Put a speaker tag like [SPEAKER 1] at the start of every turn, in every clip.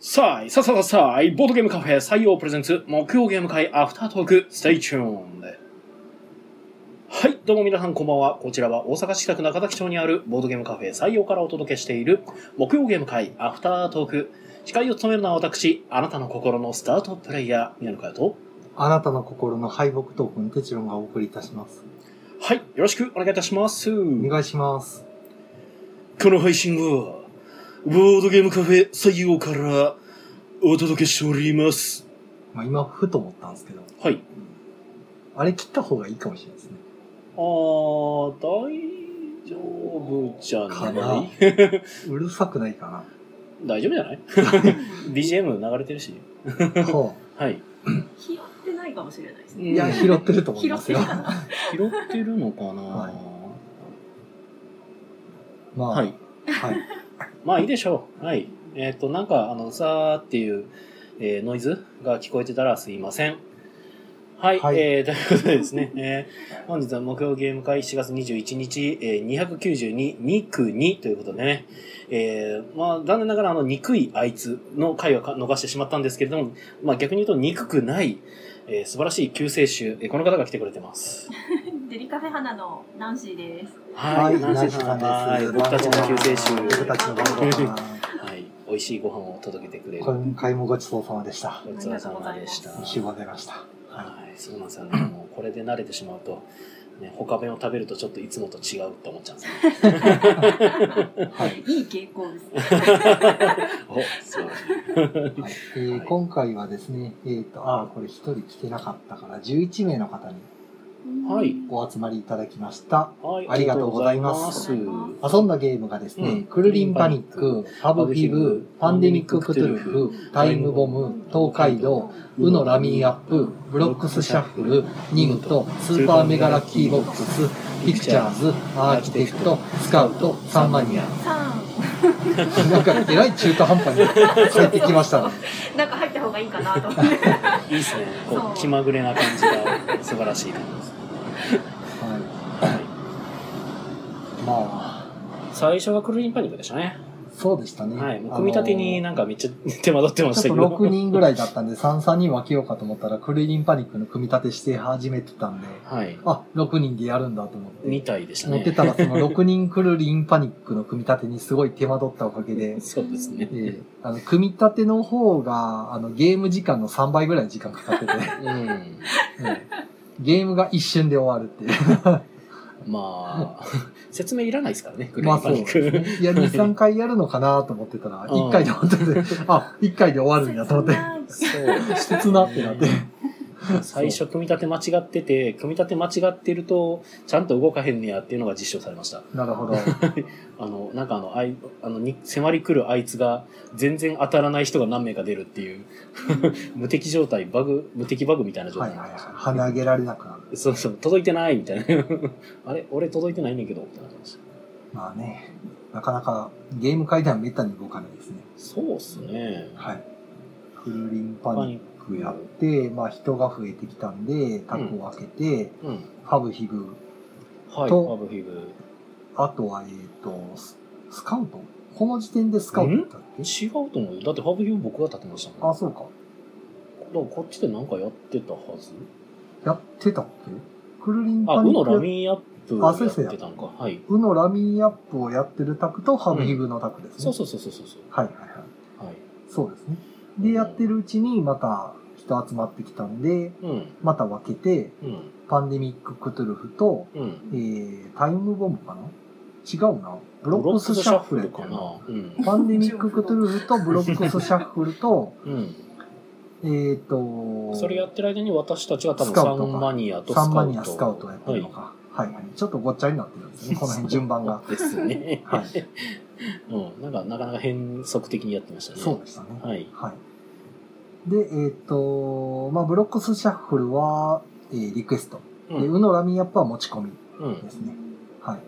[SPEAKER 1] さあい、さあさあさあい、ボードゲームカフェ採用プレゼンツ、木曜ゲーム会アフタートーク、ステイチューンで。はい、どうも皆さんこんばんは。こちらは大阪市北区中崎町にあるボードゲームカフェ採用からお届けしている、木曜ゲーム会アフタートーク。司会を務めるのは私、あなたの心のスタートプレイヤー、宮野佳代と。
[SPEAKER 2] あなたの心の敗北トークン、テチロンがお送りいたします。
[SPEAKER 1] はい、よろしくお願いいたします。
[SPEAKER 2] お願いします。
[SPEAKER 1] この配信は、ボードゲームカフェ採用からお届けしております。
[SPEAKER 2] まあ、今、ふと思ったんですけど、
[SPEAKER 1] はい。
[SPEAKER 2] あれ切った方がいいかもしれないですね。
[SPEAKER 1] あー、大丈夫じゃ
[SPEAKER 2] か
[SPEAKER 1] な
[SPEAKER 2] ない うるさくないか
[SPEAKER 1] 大丈夫じ ゃない ?BGM 流れてるし。
[SPEAKER 2] な。ほ
[SPEAKER 1] はい。
[SPEAKER 3] 拾ってないかもしれないです
[SPEAKER 2] う
[SPEAKER 1] う
[SPEAKER 3] ね。
[SPEAKER 1] ん
[SPEAKER 2] いや、拾ってると思い
[SPEAKER 3] 拾
[SPEAKER 2] ま
[SPEAKER 3] っ
[SPEAKER 2] す
[SPEAKER 3] て
[SPEAKER 2] よ
[SPEAKER 3] る。かな。
[SPEAKER 1] 拾ってるのかな、
[SPEAKER 2] は
[SPEAKER 1] はいい、
[SPEAKER 2] まあ、はい。はい。
[SPEAKER 1] まあいいでしょう。はい。えっ、と、なんか、あの、ザーっていう、えーノイズが聞こえてたらすいません。はい。
[SPEAKER 2] はい
[SPEAKER 1] えーということでですね、えー本日は目標ゲーム会7月21日、えー、292、2区2ということでね、えーまあ、残念ながら、あの、憎いあいつの回はか逃してしまったんですけれども、まあ逆に言うと、憎くない、えー素晴らしい救世主、えーこの方が来てくれてます。
[SPEAKER 3] デリカフェ花のナンシーです。
[SPEAKER 2] はい。
[SPEAKER 1] ナンシーさんはい、僕たちの救世主。
[SPEAKER 2] 僕たちの番号さん。
[SPEAKER 1] はい、美味しいご飯を届けてくれる。
[SPEAKER 2] 今回もごちそうさまでした。
[SPEAKER 1] ごちそうさまでした。
[SPEAKER 3] あ
[SPEAKER 2] 一周が出ました。
[SPEAKER 1] はい、そうなんですよね。もうこれで慣れてしまうと、ね、他弁を食べるとちょっといつもと違うって思っちゃうん ですね。
[SPEAKER 2] はい。
[SPEAKER 3] いい傾向です。
[SPEAKER 1] お、そうですね。
[SPEAKER 2] はいえー
[SPEAKER 1] はい
[SPEAKER 2] 今回はですね、えっ、と、ああ、これ一人来てなかったから、11名の方に
[SPEAKER 1] はい。
[SPEAKER 2] お集まりいただきました。
[SPEAKER 1] はい、
[SPEAKER 2] ありがとうございます
[SPEAKER 3] ありがとうござい
[SPEAKER 2] 遊んだゲームがですね、
[SPEAKER 1] うん
[SPEAKER 2] クルリンパニック、パブピブ、パンデミッククトゥルフ、タイムボム、東海道、ウノラミーアップ、ブロックスシャッフル、ニムト、スーパーメガラッキーボックス、ピクチャーズ、アーキテクト、スカウト、サンマニア。
[SPEAKER 3] さ
[SPEAKER 2] なんか、えらい中途半端に 入ってきましたね。
[SPEAKER 3] ん、なんか入った方がいいかなと思って。
[SPEAKER 1] いいですね。
[SPEAKER 3] そ
[SPEAKER 1] こ
[SPEAKER 3] う
[SPEAKER 1] う気まぐれな感じが素晴らしい感じです。
[SPEAKER 2] は
[SPEAKER 1] はい
[SPEAKER 2] い。まあ、
[SPEAKER 1] 最初はクルリンパニックでしたね。
[SPEAKER 2] そうでしたね。
[SPEAKER 1] はい。もう組み立てに
[SPEAKER 2] あの
[SPEAKER 1] なんかめっちゃ手間取ってました
[SPEAKER 2] ち
[SPEAKER 1] け
[SPEAKER 2] ょっ
[SPEAKER 1] ど。
[SPEAKER 2] と6人ぐらいだったんで、3、3に分けようかと思ったら、クルリンパニックの組み立てして始めてたんで、
[SPEAKER 1] はい。
[SPEAKER 2] あ、6人でやるんだと思って。
[SPEAKER 1] みたいでした
[SPEAKER 2] 持って
[SPEAKER 1] ね。、
[SPEAKER 2] たら、その6人クルリンパニックの組み立てにすごい手間取ったおかげで
[SPEAKER 1] そうですね
[SPEAKER 2] え。ーあの、組み立ての方が、あの、ゲーム時間の3倍ぐらい時間かかってて、
[SPEAKER 1] うん。
[SPEAKER 2] えーゲームが一瞬で終わるっていう。
[SPEAKER 1] ま あ、説明いらないですからね、クル
[SPEAKER 2] ま
[SPEAKER 1] リ
[SPEAKER 2] あ
[SPEAKER 1] ンパ
[SPEAKER 2] そう
[SPEAKER 1] ニ
[SPEAKER 2] で
[SPEAKER 1] ック。
[SPEAKER 2] すね。いや、2、3回やるのかなと思ってたら、
[SPEAKER 1] うん
[SPEAKER 2] 1回で終わってて、あ、1回で終わるんやと思って、
[SPEAKER 1] そう
[SPEAKER 2] 切なってなって。
[SPEAKER 1] 最初組み立て間違ってて、組み立て間違ってると、ちゃんと動かへんねやっていうのが実証されました。
[SPEAKER 2] なるほど。
[SPEAKER 1] あの、なんかあの、あい、あの、に、迫り来るあいつが、全然当たらない人が何名か出るっていう、 無敵状態、バグ、無敵バグみたいな状
[SPEAKER 2] はい
[SPEAKER 1] 態
[SPEAKER 2] はい
[SPEAKER 1] になり
[SPEAKER 2] はい
[SPEAKER 1] ました。。
[SPEAKER 2] 鼻上げられなくなる。
[SPEAKER 1] そうそう、届いてない みたいな。あれ俺届いてないねんけど、ってなってました。
[SPEAKER 2] まあね、なかなかゲーム会ではめったに動かないですね。
[SPEAKER 1] そうっすね。
[SPEAKER 2] はい。クルリンパニックやって、まあ人が増えてきたんで、タコを開けて、
[SPEAKER 1] うん。
[SPEAKER 2] ファブヒブ、
[SPEAKER 1] はい、
[SPEAKER 2] と
[SPEAKER 1] パブフィブ。
[SPEAKER 2] あとは、えっ、と、ススカウトこの時点でスカウトだったっけ
[SPEAKER 1] 違うと思うよ。だってパブフィブ僕が立てましたもん。
[SPEAKER 2] あ、そうか。
[SPEAKER 1] だからこっちでなんかやってたはず。
[SPEAKER 2] やってたっけクルリン
[SPEAKER 1] あ、
[SPEAKER 2] パ
[SPEAKER 1] う
[SPEAKER 2] ニ
[SPEAKER 1] のラ
[SPEAKER 2] ックや。
[SPEAKER 1] ミーアップ
[SPEAKER 2] あそうです
[SPEAKER 1] を
[SPEAKER 2] ね
[SPEAKER 1] やってたのか。はい。
[SPEAKER 2] うのラミーアップをやってるタクとファブヒブのタクですね。
[SPEAKER 1] そうそうそうそうそうそ
[SPEAKER 2] はいはいはい。
[SPEAKER 1] う。はい。
[SPEAKER 2] そうですね。で、やってるうちにまた人集まってきたんで、
[SPEAKER 1] うん。
[SPEAKER 2] また分けて、
[SPEAKER 1] うん。
[SPEAKER 2] パンデミッククトゥルフと、
[SPEAKER 1] うん。
[SPEAKER 2] えー、タイムボムかな違うな。ブロックスシャッフル
[SPEAKER 1] か
[SPEAKER 2] か
[SPEAKER 1] な
[SPEAKER 2] な。。
[SPEAKER 1] うん。
[SPEAKER 2] パンデミッククトゥルフとブロックスシャッフル と、
[SPEAKER 1] うん。
[SPEAKER 2] えーと、
[SPEAKER 1] それやってる間に私たちが多分
[SPEAKER 2] スカウ
[SPEAKER 1] サ
[SPEAKER 2] トか
[SPEAKER 1] ンマニアとスカ
[SPEAKER 2] サ
[SPEAKER 1] ウト。
[SPEAKER 2] ンマニアスカウトやってるの
[SPEAKER 1] は
[SPEAKER 2] か。はい、はい。ちょっとごっちゃになってるん ですね。この辺順番が。
[SPEAKER 1] い。 ですね。
[SPEAKER 2] はい。
[SPEAKER 1] うん。なんか、なかなか変則的にやってましたね。
[SPEAKER 2] そうでしたね。
[SPEAKER 1] はい。
[SPEAKER 2] はい。で、えーと、まあ、ブロックスシャッフルは、えーリクエスト。
[SPEAKER 1] う
[SPEAKER 2] で、
[SPEAKER 1] ん。
[SPEAKER 2] ウノラミーアップは持ち込み
[SPEAKER 1] うん
[SPEAKER 2] で。すね。はい。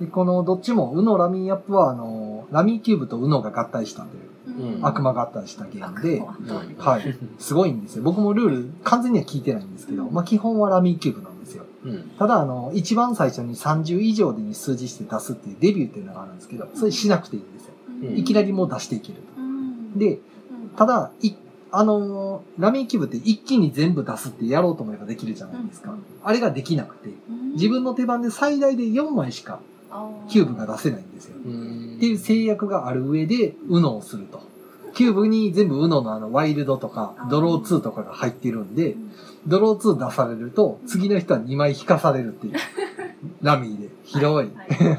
[SPEAKER 2] で、この、どっちも、ウノラミーアップは、あの、ラミーキューブとウノが合体したという。
[SPEAKER 1] うん
[SPEAKER 2] 悪魔合体したゲームで、
[SPEAKER 1] うん
[SPEAKER 2] はい。すごいんですよ。僕もルール完全には聞いてないんですけど、まあ基本はラミーキューブなんですよ。
[SPEAKER 1] うん。
[SPEAKER 2] ただ、あの、一番最初に30以上でに数字して出すっていうデビューっていうのがあるんですけど、それしなくていいんですよ。
[SPEAKER 1] うん
[SPEAKER 2] いきなりもう出していけると。
[SPEAKER 3] うん、
[SPEAKER 2] で、
[SPEAKER 3] うん
[SPEAKER 2] ただ、い、あのーラミーキューブって一気に全部出すってやろうと思えばできるじゃないですか。
[SPEAKER 3] うん
[SPEAKER 2] あれができなくて、
[SPEAKER 3] うん
[SPEAKER 2] 自分の手番で最大で4枚しかキューブが出せないんですよ。
[SPEAKER 1] うーん
[SPEAKER 2] っていう制約がある上で、UNO をすると。キューブに全部 UNO のあの、ワイルドとか、ドロー2とかが入ってるんで、ドロー2出されると、次の人は2枚引かされるっていう。ラミーで。 広い。
[SPEAKER 3] はいはい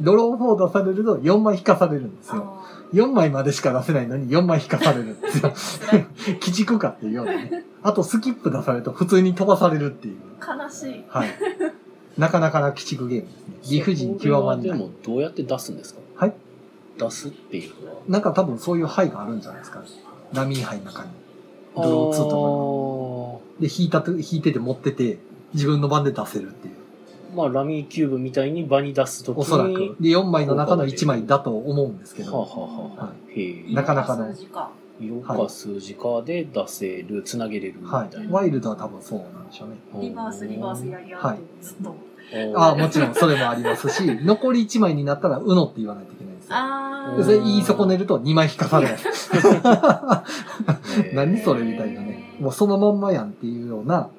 [SPEAKER 2] ドロー4出されると4枚引かされるんですよ。
[SPEAKER 3] あ
[SPEAKER 2] 4枚までしか出せないのに4枚引かされるんですよ。
[SPEAKER 3] ー辛い
[SPEAKER 2] 鬼畜かっていうようなね。あとスキップ出されると普通に飛ばされるっていう。
[SPEAKER 3] 悲しい。
[SPEAKER 2] はい。なかなかな鬼畜ゲームですね。理不尽極まん
[SPEAKER 1] それ
[SPEAKER 2] な
[SPEAKER 1] はいで。もどうやって出すんですか
[SPEAKER 2] はい
[SPEAKER 1] 出すっていうのは
[SPEAKER 2] なんか多分そういう牌があるんじゃないですか、ね。ラミー牌の中に。ドロー2と
[SPEAKER 1] と
[SPEAKER 2] か。で、引いたと、引いてて持ってて、自分の番で出せるっていう。
[SPEAKER 1] まあラミーキューブみたいに場に出すときに
[SPEAKER 2] おそらく。で、4枚の中の1枚だと思うんですけ
[SPEAKER 1] はあ、は
[SPEAKER 2] ど。
[SPEAKER 1] あはあ
[SPEAKER 2] は
[SPEAKER 1] へえ
[SPEAKER 2] なかなかの
[SPEAKER 3] 数字か
[SPEAKER 1] 色か数字かで出せるつなげれるみた
[SPEAKER 2] はいい。
[SPEAKER 1] な、
[SPEAKER 2] ワイルドは多分そうなんでしょうね。
[SPEAKER 3] リバース、リバースやり合って、ずっと。
[SPEAKER 2] ああ、も
[SPEAKER 1] も
[SPEAKER 2] ちろんそれもありますし、残り1枚になったら、うのって言わないといけないんですよ。
[SPEAKER 3] あ
[SPEAKER 2] で
[SPEAKER 3] ー
[SPEAKER 2] それ言い損ねると2枚引 かされます。何それみたいなね。もうそのまんまやんっていうような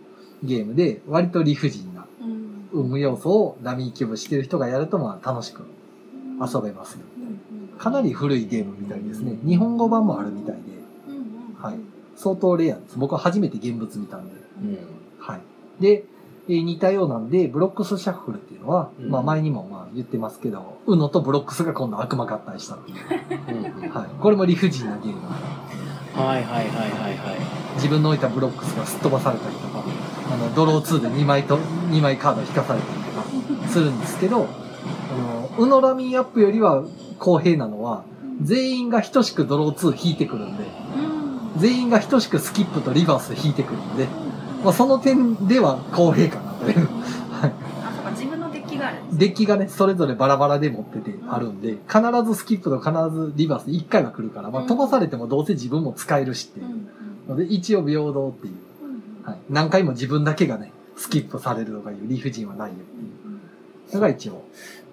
[SPEAKER 2] ゲームで、割と理不尽な
[SPEAKER 3] うん
[SPEAKER 2] 運無要素をラミーキューブしてる人がやると、まあ楽しく遊べますよ。
[SPEAKER 3] うん
[SPEAKER 2] かなり古いゲームみたいですね。日本語版もあるみたいで、
[SPEAKER 3] うんうん
[SPEAKER 2] はい相当レアです。僕は初めて現物見たんで。
[SPEAKER 1] うん
[SPEAKER 2] はい。で、えー似たようなんで、ブロックスシャッフルっていうのは、
[SPEAKER 1] うん
[SPEAKER 2] まあ前にもまあ言ってますけど、ウノとブロックスが今度悪魔合体した っていう。
[SPEAKER 1] うんうん
[SPEAKER 2] はい。これも理不尽なゲーム。
[SPEAKER 1] はいはいはいはいは
[SPEAKER 2] 自分の置いたブロックスがすっ飛ばされたりとか、あの、ドロー2で2枚と、2枚カード引かされたりとかするんですけど、あの、ウノラミーアップよりは公平なのは、全員が等しくドロー2引いてくるんで、
[SPEAKER 3] うん
[SPEAKER 2] 全員が等しくスキップとリバース引いてくるんで、まあその点では公平かなという。
[SPEAKER 3] あ、そうか、自分のデッキがあるんです ね。
[SPEAKER 2] デッキがね、それぞれバラバラで持っててあるんで、必ずスキップと必ずリバース1回は来るから、まあ、
[SPEAKER 3] うん
[SPEAKER 2] 飛ばされてもどうせ自分も使えるしっていううんので、一応平等っていう。
[SPEAKER 3] うんうん
[SPEAKER 2] はい。何回も自分だけがね、スキップされるとかいう理不尽はないよっていうのが一応。
[SPEAKER 1] い。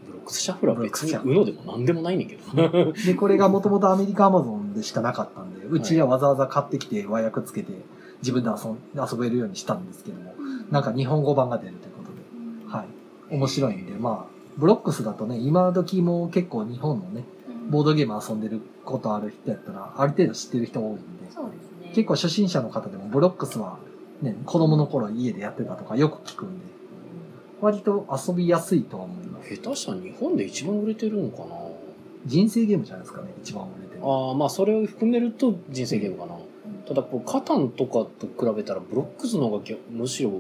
[SPEAKER 1] ブロックスシャッフルは別に UNO でも何でもないねんけど。
[SPEAKER 2] で、これがもともとアメリカアマゾンでしかなかったんで、うちはわざわざ買ってきて和訳つけて、自分で遊ん遊べるようにしたんですけども、
[SPEAKER 3] うん
[SPEAKER 2] なんか日本語版が出るということで。はい。面白いんで、まあ、ブロックスだとね、今時も結構日本のね、
[SPEAKER 3] うん
[SPEAKER 2] ボードゲーム遊んでることある人やったら、ある程度知ってる人多いんで、
[SPEAKER 3] そうですね。
[SPEAKER 2] 結構初心者の方でもブロックスはね、子供の頃家でやってたとかよく聞くんで、割と遊びやすいとは思います。
[SPEAKER 1] 下手したら日本で一番売れてるのかな
[SPEAKER 2] 人生ゲームじゃないですかね、一番売れてる。
[SPEAKER 1] ああまあそれを含めると人生ゲームかな、ただこうカタンとかと比べたらブロックスの方がぎょむしろ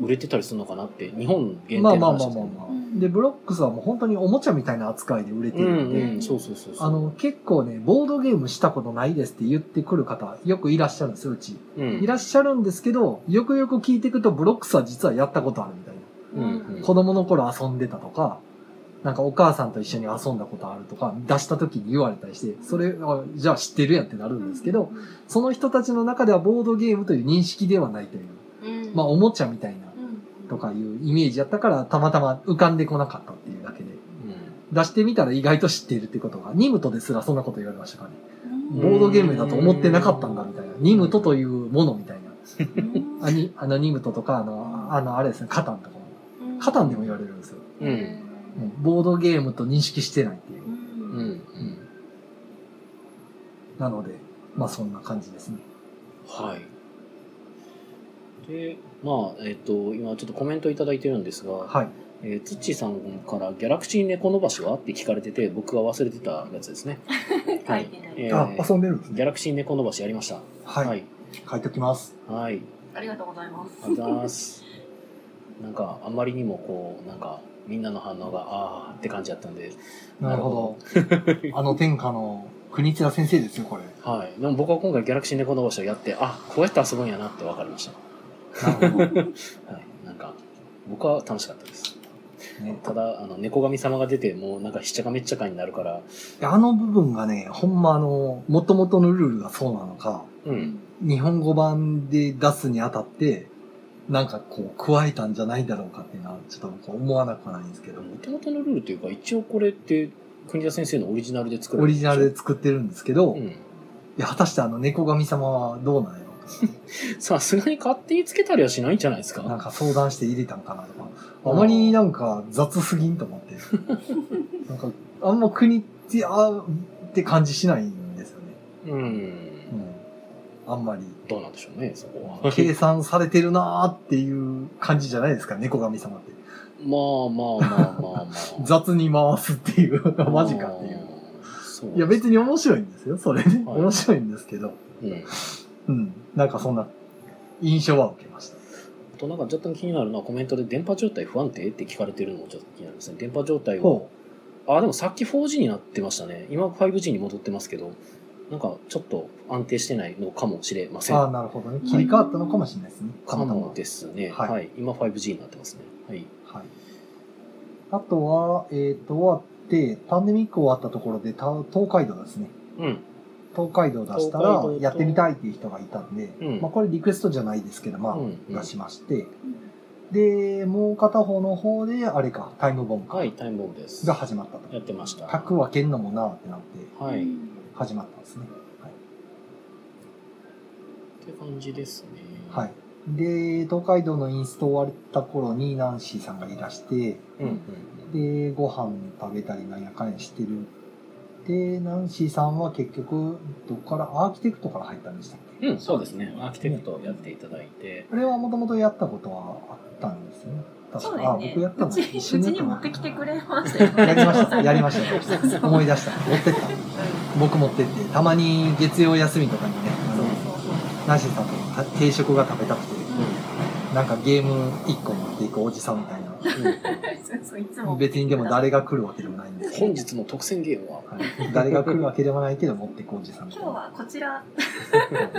[SPEAKER 1] 売れてたりするのかなって日本限定
[SPEAKER 2] まあ
[SPEAKER 1] の
[SPEAKER 2] まあま
[SPEAKER 1] 話
[SPEAKER 2] あ
[SPEAKER 1] ですけ
[SPEAKER 2] まあ
[SPEAKER 1] ど
[SPEAKER 2] まあ。
[SPEAKER 3] うん
[SPEAKER 2] で、ブロックスはもう本当におもちゃみたいな扱いで売れて
[SPEAKER 1] う
[SPEAKER 2] る
[SPEAKER 1] ん
[SPEAKER 2] んで、
[SPEAKER 1] うんそうそうそうそう
[SPEAKER 2] あの、結構ね、ボードゲームしたことないですって言ってくる方、よくいらっしゃるんですよ、うち。
[SPEAKER 1] うん
[SPEAKER 2] いらっしゃるんですけど、よくよく聞いていくと、ブロックスは実はやったことあるみたいな。
[SPEAKER 1] うんうん
[SPEAKER 2] 子供の頃遊んでたとか、なんかお母さんと一緒に遊んだことあるとか、出した時に言われたりして、それは、じゃあ知ってるやんってなるんですけど、、その人たちの中ではボードゲームという認識ではないという、まあおもちゃみたいなとかいうイメージやったから、たまたま浮かんでこなかったっていうだけで、出してみたら意外と知っているってことが、ニムトですらそんなこと言われましたからね。ボードゲームだと思ってなかったんだみたいな、ニムトというものみたいな。あにあのニムトとか、あの、あの、あれですね、カタンとかも。カタンでも言われるんですよ。
[SPEAKER 1] うん
[SPEAKER 2] うんボードゲームと認識してないっていう。
[SPEAKER 1] うんうん
[SPEAKER 2] なので、まあそんな感じですね。
[SPEAKER 1] はいでまあえっ、と今ちょっとコメントいただいてるんですが、
[SPEAKER 2] はい。
[SPEAKER 1] えー、ツッチーさんから「ギャラクシー猫伸ばしは?」って聞かれてて僕が忘れてたやつですね
[SPEAKER 3] 書いてない
[SPEAKER 1] え
[SPEAKER 2] あ、
[SPEAKER 1] ー
[SPEAKER 2] 遊んでるんです
[SPEAKER 1] ギャ
[SPEAKER 2] ね。
[SPEAKER 1] ラクシー猫伸ばしやりました
[SPEAKER 2] はい。
[SPEAKER 1] い
[SPEAKER 2] 書いておきます。
[SPEAKER 1] はい
[SPEAKER 3] ありがとうございます。
[SPEAKER 1] ありがとうございます。なんか、あんまりにもこう、なんか、みんなの反応が、あーって感じだったんで、
[SPEAKER 2] なるほど。あの天下の国津田先生ですよ、これ。
[SPEAKER 1] はい。でも僕は今回、ギャラクシー猫の場所をやって、あ、こうやって遊ぶんやなって分かりまし
[SPEAKER 2] なる ほど。ね、
[SPEAKER 1] た。はい。なんか、僕は楽しかったです。ただ、あの、猫神様が出て、もうなんか、ひっちゃかめっちゃかになるから、
[SPEAKER 2] あの部分がね、ほんまあの、元々のルールがそうなのか、
[SPEAKER 1] うん。
[SPEAKER 2] 日本語版で出すにあたって、なんかこう、加えたんじゃないだろうかっていうのは、ちょっと僕は思わなくはないんですけど、
[SPEAKER 1] もともとのルールというか、一応これって、国田先生のオリジナルで作ら
[SPEAKER 2] オ
[SPEAKER 1] れて
[SPEAKER 2] リジナルで作ってるんですけど、
[SPEAKER 1] うん。
[SPEAKER 2] いや、果たしてあの猫神様はどうなんやろ
[SPEAKER 1] さすがに勝手につけたりはしないんじゃないです
[SPEAKER 2] なん
[SPEAKER 1] か。
[SPEAKER 2] か相談して入れたんかなとか、あまりなんか雑すぎんと思って。 なんか、あんま国って、あーって感じしないんですよね。
[SPEAKER 1] うん。
[SPEAKER 2] うん。あんまり。
[SPEAKER 1] どうなんでしょうね、そこ は。
[SPEAKER 2] 計算されてるなーっていう感じじゃないですか、猫神様って。
[SPEAKER 1] まあまあまあまあまあ。
[SPEAKER 2] 雑に回すっていう、マジかっていう。
[SPEAKER 1] そうです。
[SPEAKER 2] いや、別に面白いんですよ、それね。
[SPEAKER 1] はい
[SPEAKER 2] 面白いんですけど。
[SPEAKER 1] うん。
[SPEAKER 2] うん。なんかそんな印象は受けました。
[SPEAKER 1] あとなんか若干気になるのはコメントで電波状態不安定って聞かれてるのもちょっと気になりますね。電波状態を。
[SPEAKER 2] ほ
[SPEAKER 1] あ、でもさっき 4G になってましたね。今 5G に戻ってますけど、なんかちょっと安定してないのかもしれま
[SPEAKER 2] う。
[SPEAKER 1] せん。
[SPEAKER 2] ああ、なるほどね。切り替わったのかもしれないですね。
[SPEAKER 1] か
[SPEAKER 2] たまたま
[SPEAKER 1] もですね。
[SPEAKER 2] はい
[SPEAKER 1] はい。今 5G になってますね。はい。
[SPEAKER 2] はい。あとは、えっ、と、終わって、パンデミック終わったところで、た東海道ですね。
[SPEAKER 1] うん。
[SPEAKER 2] 東海道出した
[SPEAKER 1] 東海道、
[SPEAKER 2] ら
[SPEAKER 1] と
[SPEAKER 2] やってみたいっていう人がいたんで、
[SPEAKER 1] うん
[SPEAKER 2] まあこれリクエストじゃないですけど、まあ、
[SPEAKER 1] うんうん
[SPEAKER 2] 出しまして、で、もう片方の方で、あれか、タイムボムか、
[SPEAKER 1] はい、タイムボムです。
[SPEAKER 2] が始まったと。
[SPEAKER 1] やってました。
[SPEAKER 2] 核分けんのもなーってなって、
[SPEAKER 1] はい。っ
[SPEAKER 2] 始まったんですね。
[SPEAKER 1] て感じですね。
[SPEAKER 2] はい。。で、東海道のインスト終わった頃に、ナンシーさんがいらして、
[SPEAKER 1] うんうんうん。
[SPEAKER 2] で、ご飯食べたりなんやかんやしてる。で、ナンシーさんは結局、どこから、アーキテクトから入ったんでしたっけ
[SPEAKER 1] うん、そうですね。アーキテクトやっていただいて。
[SPEAKER 2] これはもともとやったことはあったんですね。
[SPEAKER 3] そう
[SPEAKER 2] 確
[SPEAKER 3] で
[SPEAKER 2] か。あ、
[SPEAKER 3] すね。
[SPEAKER 2] 僕やった
[SPEAKER 3] う
[SPEAKER 2] の
[SPEAKER 3] ち
[SPEAKER 2] 一緒
[SPEAKER 3] う
[SPEAKER 2] にやっ
[SPEAKER 3] ちに
[SPEAKER 2] た
[SPEAKER 3] 持
[SPEAKER 2] の
[SPEAKER 3] ってきてくれましたよ。
[SPEAKER 2] やりま した。やりました。思い出した。持ってった。持僕持ってって、たまに月曜休みとかにね、あの、ナンシーさんと定食が食べたくて、なんかゲーム1個持っていくおじさんみたい
[SPEAKER 1] うん
[SPEAKER 2] な。
[SPEAKER 1] うん
[SPEAKER 2] 別にでも誰が来るわけでもないんですけ
[SPEAKER 1] 本
[SPEAKER 2] ど、
[SPEAKER 1] 日の特選ゲームは、
[SPEAKER 2] はい誰が来るわけでもないけど持ってくおじさんみたい
[SPEAKER 3] 今日
[SPEAKER 2] な。
[SPEAKER 3] はこちら、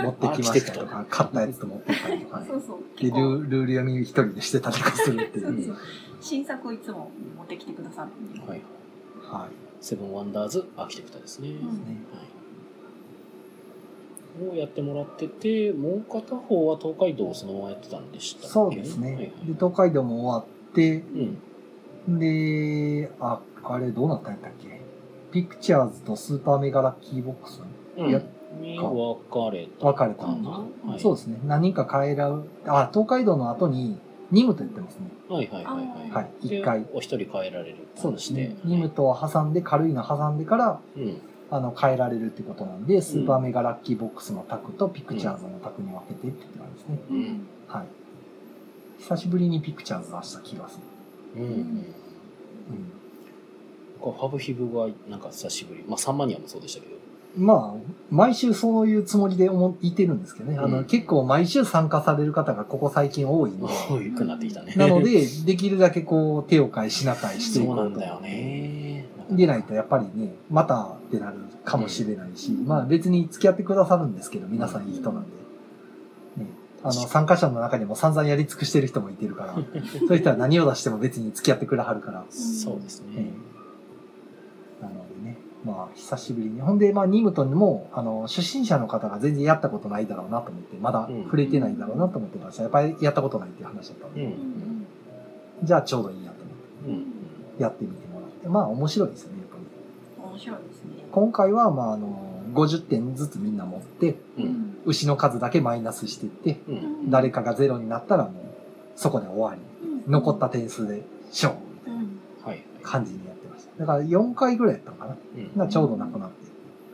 [SPEAKER 2] 持ってきましたとか、買ったやつと持ってきたりと かね。
[SPEAKER 3] そうそう
[SPEAKER 2] で、ル
[SPEAKER 3] 結構
[SPEAKER 2] ールール読み一人でしてたりとかするってい
[SPEAKER 3] そう
[SPEAKER 2] う。
[SPEAKER 3] そう新作をいつも持ってきてくださるんで
[SPEAKER 1] はい。
[SPEAKER 2] は
[SPEAKER 1] セブンワンダーズアーキテクトですね。
[SPEAKER 2] い。ね
[SPEAKER 1] はい。をやってもらってて、もう片方は東海道をそのままやってたんでしたっけ
[SPEAKER 2] そうです
[SPEAKER 1] はいはい
[SPEAKER 2] ね。で、東海道も終わって、
[SPEAKER 1] うん。
[SPEAKER 2] で、あ、あれどうなったんやったっけピクチャーズとスーパーメガラッキーボックス
[SPEAKER 1] うん
[SPEAKER 2] いや
[SPEAKER 1] に分かれた。
[SPEAKER 2] 分かれた
[SPEAKER 1] か
[SPEAKER 2] んだ
[SPEAKER 1] な、はい、
[SPEAKER 2] そうですね。何人か変えらう。あ、東海道の後に、ニムと言ってますね。
[SPEAKER 1] はいはいはいはい。
[SPEAKER 2] はい。
[SPEAKER 1] で
[SPEAKER 2] 一回。
[SPEAKER 1] お一人変えられるって
[SPEAKER 2] そうで
[SPEAKER 1] 話
[SPEAKER 2] す
[SPEAKER 1] で
[SPEAKER 2] ね。。ニムと挟んで、軽いの挟んでから、
[SPEAKER 1] うん。
[SPEAKER 2] あの、変えられるってことなんで、スーパーメガラッキーボックスのタクとピクチャーズのタクに分けてって言ってたんですね。
[SPEAKER 1] うん
[SPEAKER 2] はい。久しぶりにピクチャーズ出した気がする。
[SPEAKER 1] うん。うんこれファブヒブはなんか久しぶり。まあサンマニアもそうでしたけど。
[SPEAKER 2] うん。まあ、毎週そういうつもりで思いてるんですけどね。あの、
[SPEAKER 1] うん
[SPEAKER 2] 結構毎週参加される方がここ最近多いんで。
[SPEAKER 1] 多くなってきたね。
[SPEAKER 2] なので、できるだけこう、手を変え品変えして い
[SPEAKER 1] そ
[SPEAKER 2] こ
[SPEAKER 1] う
[SPEAKER 2] う
[SPEAKER 1] な
[SPEAKER 2] と。
[SPEAKER 1] んだよね。
[SPEAKER 2] でないとやっぱりね、またってなるかもしれないし、まあ別に付き合ってくださるんですけど、皆さんいい人なんで。ね、 あの、参加者の中にも散々やり尽くしてる人もいてるから、そういう人は何を出しても別に付き合ってくれはるから。
[SPEAKER 1] そうですね
[SPEAKER 2] ね。なのでね、まあ久しぶりに。ほんで、まあニムトンも、あの、初心者の方が全然やったことないだろうなと思って、まだ
[SPEAKER 1] うん
[SPEAKER 2] 触れてないだろうなと思ってました。やっぱりやったことないっていう話だったん
[SPEAKER 1] う
[SPEAKER 2] で、
[SPEAKER 1] ん。
[SPEAKER 2] じゃあちょうどいいやと思って、
[SPEAKER 1] うん。うん。
[SPEAKER 2] やってみてもらって、まあ面白いですよね、やっぱり。
[SPEAKER 3] 面白いですね。
[SPEAKER 2] 今回は、まあ、あの、50点ずつみんな持って、
[SPEAKER 1] うん。
[SPEAKER 2] 牛の数だけマイナスしていって、
[SPEAKER 1] うん。
[SPEAKER 2] 誰かがゼロになったらもう、そこで終わり。残った点数で勝負みたい
[SPEAKER 3] うん
[SPEAKER 1] はい。
[SPEAKER 2] な感じにやってました。だから4回ぐらいやったのか
[SPEAKER 1] う
[SPEAKER 2] な。
[SPEAKER 1] ん
[SPEAKER 2] がちょうどなくなって。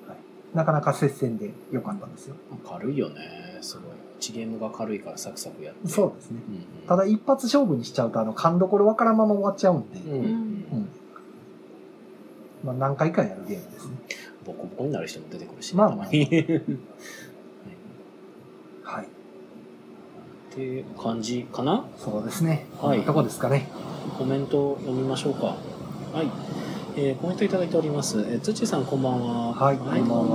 [SPEAKER 2] はい。なかなか接戦で良かったんですよ。
[SPEAKER 1] 軽いよね。すごい。1ゲームが軽いからサクサクやって。
[SPEAKER 2] そうですね。
[SPEAKER 1] うんうん。
[SPEAKER 2] ただ一発勝負にしちゃうと、あの、勘どころわからんまま終わっちゃうんで、
[SPEAKER 1] うん。うん。
[SPEAKER 2] まあ何回かやるゲームですね。
[SPEAKER 1] ボコボコになる人も出てくるしね。
[SPEAKER 2] まあ
[SPEAKER 1] たまに。
[SPEAKER 2] はい。
[SPEAKER 1] っていう感じかな
[SPEAKER 2] そうですね。
[SPEAKER 1] はい
[SPEAKER 2] どこですかね。
[SPEAKER 1] コメントを読みましょうかはい、えーコメントいただいております、えー、つっちーさんこんばんは
[SPEAKER 2] はい、こんばん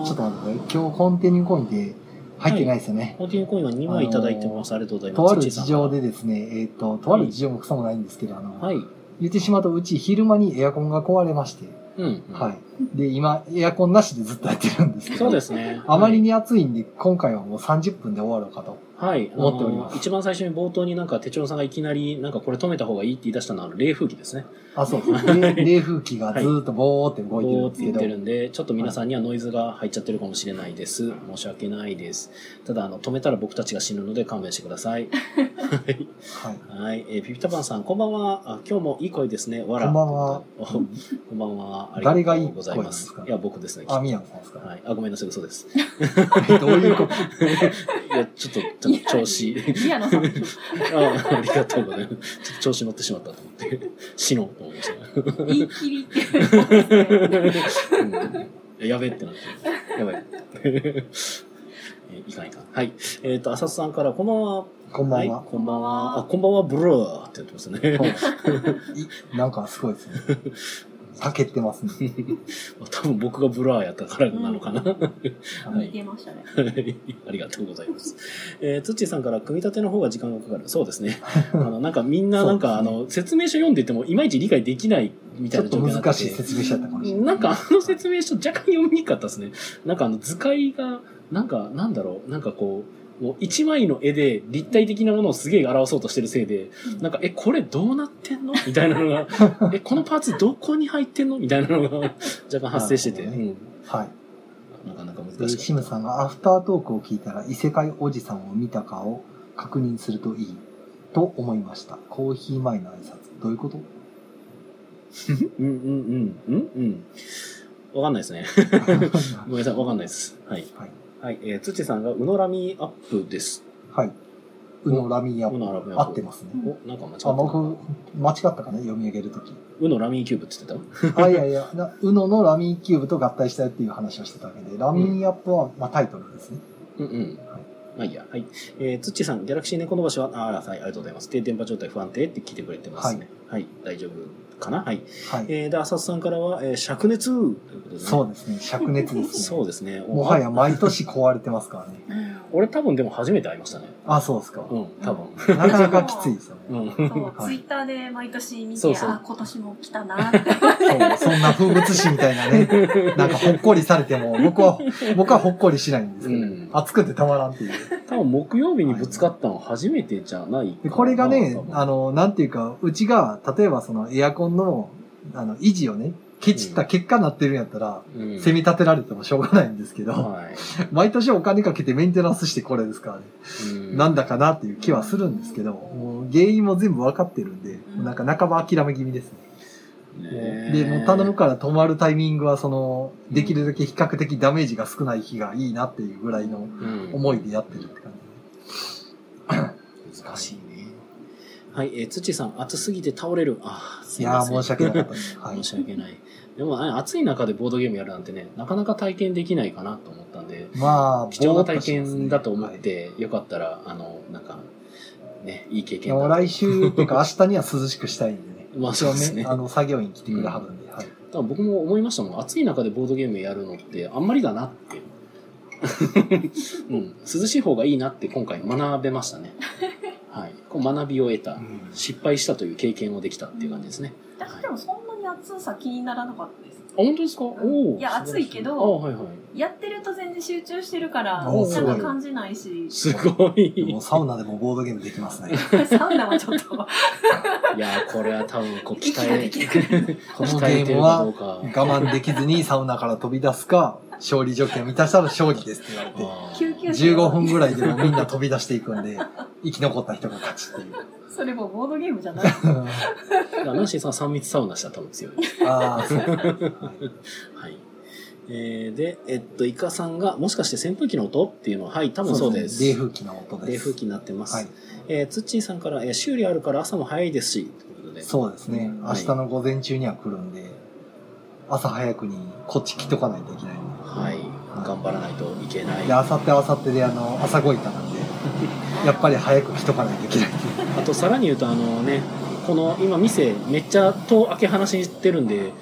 [SPEAKER 2] は。ちょ
[SPEAKER 1] と
[SPEAKER 2] っと待ってください。今日コンティニューコインで入ってないですよね。
[SPEAKER 1] コンティニューコインは2枚いただいてます、ありがとうございます
[SPEAKER 2] とある
[SPEAKER 1] つっちー
[SPEAKER 2] 事
[SPEAKER 1] さん
[SPEAKER 2] 情でですね、えっ、と、とある事情もくそもないんですけど、あの、
[SPEAKER 1] はい
[SPEAKER 2] 言ってしまうとうち昼間にエアコンが壊れまして、
[SPEAKER 1] うん、
[SPEAKER 2] はい。で、今、エアコンなしでずっとやってるんですけど、
[SPEAKER 1] そうですね
[SPEAKER 2] あまり
[SPEAKER 1] に
[SPEAKER 2] に暑いんで、今回はもう30分で終わろうかと
[SPEAKER 1] はい。
[SPEAKER 2] 思っておりま
[SPEAKER 1] あ
[SPEAKER 2] す
[SPEAKER 1] の一番最初に冒頭になんか手帳さんがいきなり、なんかこれ止めた方がいいって言い出したのは、冷風機ですね。
[SPEAKER 2] あ、そうですね。冷冷風機がずーっとボーって動いてる
[SPEAKER 1] こ
[SPEAKER 2] ん
[SPEAKER 1] うっ
[SPEAKER 2] です
[SPEAKER 1] て
[SPEAKER 2] け
[SPEAKER 1] 言っ
[SPEAKER 2] ど
[SPEAKER 1] て、るんで、ちょっと皆さんにはノイズが入っちゃってるかもしれないです。申し訳ないです。ただ、あの、止めたら僕たちが死ぬので勘弁してくだ さい。
[SPEAKER 2] はい。
[SPEAKER 1] はい。えーピピタパンさん、こんばんは。あ今日もいい声ですね。わら。
[SPEAKER 2] こんばんは
[SPEAKER 1] お こんばんは。あり
[SPEAKER 2] 誰
[SPEAKER 1] が
[SPEAKER 2] が
[SPEAKER 1] と
[SPEAKER 2] いいう
[SPEAKER 1] ございます。
[SPEAKER 2] 声なんですか
[SPEAKER 1] いや、僕ですね。きっと
[SPEAKER 2] あ、宮野さんですか。
[SPEAKER 1] はい。あ、ごめんなさい、嘘です。
[SPEAKER 2] どういうこと
[SPEAKER 1] いや、ちょっと、ちょっと調子。
[SPEAKER 3] 宮野さんでしょ。
[SPEAKER 1] あありがとうございます。ちょっと調子乗ってしまったと思って、死のうと思いました。
[SPEAKER 3] 言い切りっていうか。
[SPEAKER 1] うんやべえってなって。やばい。え いかんいかん。はい。えっ、と、浅瀬さんから、こんばんは。
[SPEAKER 2] こんばんは。
[SPEAKER 1] い、こんばんは。あ、こんばんは、ブルーって言ってますね。
[SPEAKER 2] いなんかすご いですね。避けてますね。
[SPEAKER 1] 多分僕がブラーやったからなのかな。はい。
[SPEAKER 3] 似てましたね。
[SPEAKER 1] ありがとうございます。えー、つっちーさんから、組み立ての方が時間がかかる。そうです ね。あの、なんかみんな、なんか、
[SPEAKER 2] そうですね
[SPEAKER 1] あの、説明書読んでても、いまいち理解できないみ
[SPEAKER 2] ち
[SPEAKER 1] たい
[SPEAKER 2] ょっ
[SPEAKER 1] な
[SPEAKER 2] と
[SPEAKER 1] 状況になってて
[SPEAKER 2] 難しい説明しちゃったかもしれない。
[SPEAKER 1] なんかあの説明書若干読みにくかったですね。なんかあの図解が、なんかなんだろう、なんかこう、もう一枚の絵で立体的なものをすげえ表そうとしてるせいで、なんか、え、これどうなってんのみたいなの が、え、このパーツどこに入ってんのみたいなのが若干発生してて、
[SPEAKER 2] なる
[SPEAKER 1] うん
[SPEAKER 2] はい。
[SPEAKER 1] なかなか
[SPEAKER 2] で
[SPEAKER 1] 難し
[SPEAKER 2] シ
[SPEAKER 1] かっ
[SPEAKER 2] ムさんがアフタートークを聞いたら異世界おじさんを見たかを確認するといいと思いました。コーヒー前の挨拶。どういうこ
[SPEAKER 1] た。
[SPEAKER 2] と
[SPEAKER 1] うんうんうん、うんうん。わかんないですね。 ごめんなさい、わかんないです。はい。
[SPEAKER 2] はい。
[SPEAKER 1] はい、えー、土さんが、うのらみアップです。
[SPEAKER 2] はい。うのラミヤ
[SPEAKER 1] うのラミヤ
[SPEAKER 2] 合ってますね。
[SPEAKER 1] お、なんか間違った。
[SPEAKER 2] あ、僕、間違ったかね読み上げるとき。
[SPEAKER 1] うのラミーキューブって言ってた
[SPEAKER 2] あ、いやいや、なうののラミーキューブと合体したよっていう話をしてたわけで、ラミーアップは、まあ、タイトルですね。
[SPEAKER 1] うんうん。まあいいや。はい。えー、つっちーさん、ギャラクシー猫伸ばしは、あーはい、ありがとうございます。で、電波状態不安定って聞いてくれてますね。はい、大丈夫かなはい。
[SPEAKER 2] はい。
[SPEAKER 1] えー、で、浅田さんからは、えー、灼熱ということでね。
[SPEAKER 2] そうですね。灼熱ですね。
[SPEAKER 1] そうですね。
[SPEAKER 2] もは
[SPEAKER 1] あ
[SPEAKER 2] や毎年壊れてますからね。
[SPEAKER 1] 俺多分でも初めて会いましたね。
[SPEAKER 2] あ、そうですか。
[SPEAKER 1] うん、多分。
[SPEAKER 2] なかなかきついですよね。
[SPEAKER 1] うん。
[SPEAKER 3] そう、
[SPEAKER 2] はい
[SPEAKER 3] ツイッターで毎年見て、
[SPEAKER 1] そうそう
[SPEAKER 3] あ、今年も来たなって。
[SPEAKER 2] そうそんな風物詩みたいなね、 なんかほっこりされても、僕は、僕はほっこりしないんですけど、
[SPEAKER 1] うん
[SPEAKER 2] 暑くてたまらんっていう。
[SPEAKER 1] 多分木曜日にぶつかったの初めてじゃないか
[SPEAKER 2] で
[SPEAKER 1] な
[SPEAKER 2] これがね
[SPEAKER 1] 多、分
[SPEAKER 2] あの、なんていうか、うちが、例えばそのエアコンの、あの、維持をね、ケチった結果なってるんやったら、
[SPEAKER 1] うん、
[SPEAKER 2] 責め立てられてもしょうがないんですけど、
[SPEAKER 1] はい。
[SPEAKER 2] 毎年お金かけてメンテナンスしてこれですからね、
[SPEAKER 1] うん
[SPEAKER 2] なんだかなっていう気はするんですけど、もう原因も全部わかってるんで、もうなんか半ば諦め気味ですね。
[SPEAKER 1] ね
[SPEAKER 2] で、もう頼むから止まるタイミングは、その、できるだけ比較的ダメージが少ない日がいいなっていうぐらいの
[SPEAKER 1] うん
[SPEAKER 2] 思いでやってるって感
[SPEAKER 1] 難しいね。はい、えー、土さん、暑すぎて倒れる。あー
[SPEAKER 2] じ。
[SPEAKER 1] す
[SPEAKER 2] い
[SPEAKER 1] い
[SPEAKER 2] や
[SPEAKER 1] ま
[SPEAKER 2] ー、
[SPEAKER 1] せん
[SPEAKER 2] 申し訳なかったです。はい
[SPEAKER 1] 申。 し訳ない。でも、あ暑い中でボードゲームやるなんてね、なかなか体験できないかなと思ったんで、
[SPEAKER 2] まあ、
[SPEAKER 1] 貴重な
[SPEAKER 2] ぼーっと
[SPEAKER 1] 体
[SPEAKER 2] しますね
[SPEAKER 1] 験だと思っ。
[SPEAKER 2] はい
[SPEAKER 1] て、よかったら、あの、なんか、ね、いい経
[SPEAKER 2] い
[SPEAKER 1] 験だ
[SPEAKER 2] やもう
[SPEAKER 1] と。
[SPEAKER 2] 来週っていうか明日には涼しくしたいんでね
[SPEAKER 1] まあそうですね
[SPEAKER 2] 一応あの、作業員来てくれはるんで、はい。
[SPEAKER 1] 多分僕も思いましたもん、暑い中でボードゲームやるのって、あんまりだなって。 うん、涼しい方がいいなって今回学べました ね。はい。こう学びを得た。失敗したという経験をできたっていう感じですね。
[SPEAKER 3] 私でもそんなに暑さ気にならなかったです。
[SPEAKER 1] あ、本当ですかおお。
[SPEAKER 3] いや、暑いけ
[SPEAKER 1] あ
[SPEAKER 3] ど、
[SPEAKER 1] はいはい。
[SPEAKER 3] やってると全然集中してるから、
[SPEAKER 2] お
[SPEAKER 1] す
[SPEAKER 3] なん
[SPEAKER 1] ごい
[SPEAKER 3] か感じないし、
[SPEAKER 1] すごい。
[SPEAKER 2] もうサウナでもボードゲームできますね。
[SPEAKER 3] サウナはちょっと、
[SPEAKER 1] いやーこれは多分こう鍛
[SPEAKER 3] 息が
[SPEAKER 1] え
[SPEAKER 3] できなくなる。
[SPEAKER 2] この
[SPEAKER 1] 鍛え
[SPEAKER 2] ゲ
[SPEAKER 1] て
[SPEAKER 2] ー
[SPEAKER 1] る
[SPEAKER 2] ム
[SPEAKER 1] かどう
[SPEAKER 2] は
[SPEAKER 1] か
[SPEAKER 2] 我慢できずにサウナから飛び出すか、勝利条件を満たしたら勝利ですって言われて。
[SPEAKER 1] あー
[SPEAKER 3] 救急車
[SPEAKER 2] 15分ぐらいでもみんな飛び出していくんで、生き残った人が勝ちっていう。
[SPEAKER 3] それもうボードゲームじゃない。
[SPEAKER 1] だからナンシーさんは3密サウナしたら多分強い。
[SPEAKER 2] ああ、そうですね。
[SPEAKER 1] はい。えー、で、えっと、イカさんが、もしかして扇風機の音っていうのは、はい、多分そうです。
[SPEAKER 2] 冷風機の音です。
[SPEAKER 1] 冷風機になってます。
[SPEAKER 2] はい。
[SPEAKER 1] えー、ツッチーさんから、えー修理あるから朝も早いですし、ということで。
[SPEAKER 2] そうですね。明日の午前中には来るんで、朝早くにこっち来とかないといけないん
[SPEAKER 1] はい。頑張らないといけな
[SPEAKER 2] で。
[SPEAKER 1] い。
[SPEAKER 2] で、
[SPEAKER 1] あ
[SPEAKER 2] あさってあさってで、あの、朝ごいたなんで、やっぱり早く来とかないといけないっていう。
[SPEAKER 1] と、さらに言うと、あのね、この、今、店、めっちゃ遠開け話してるんで、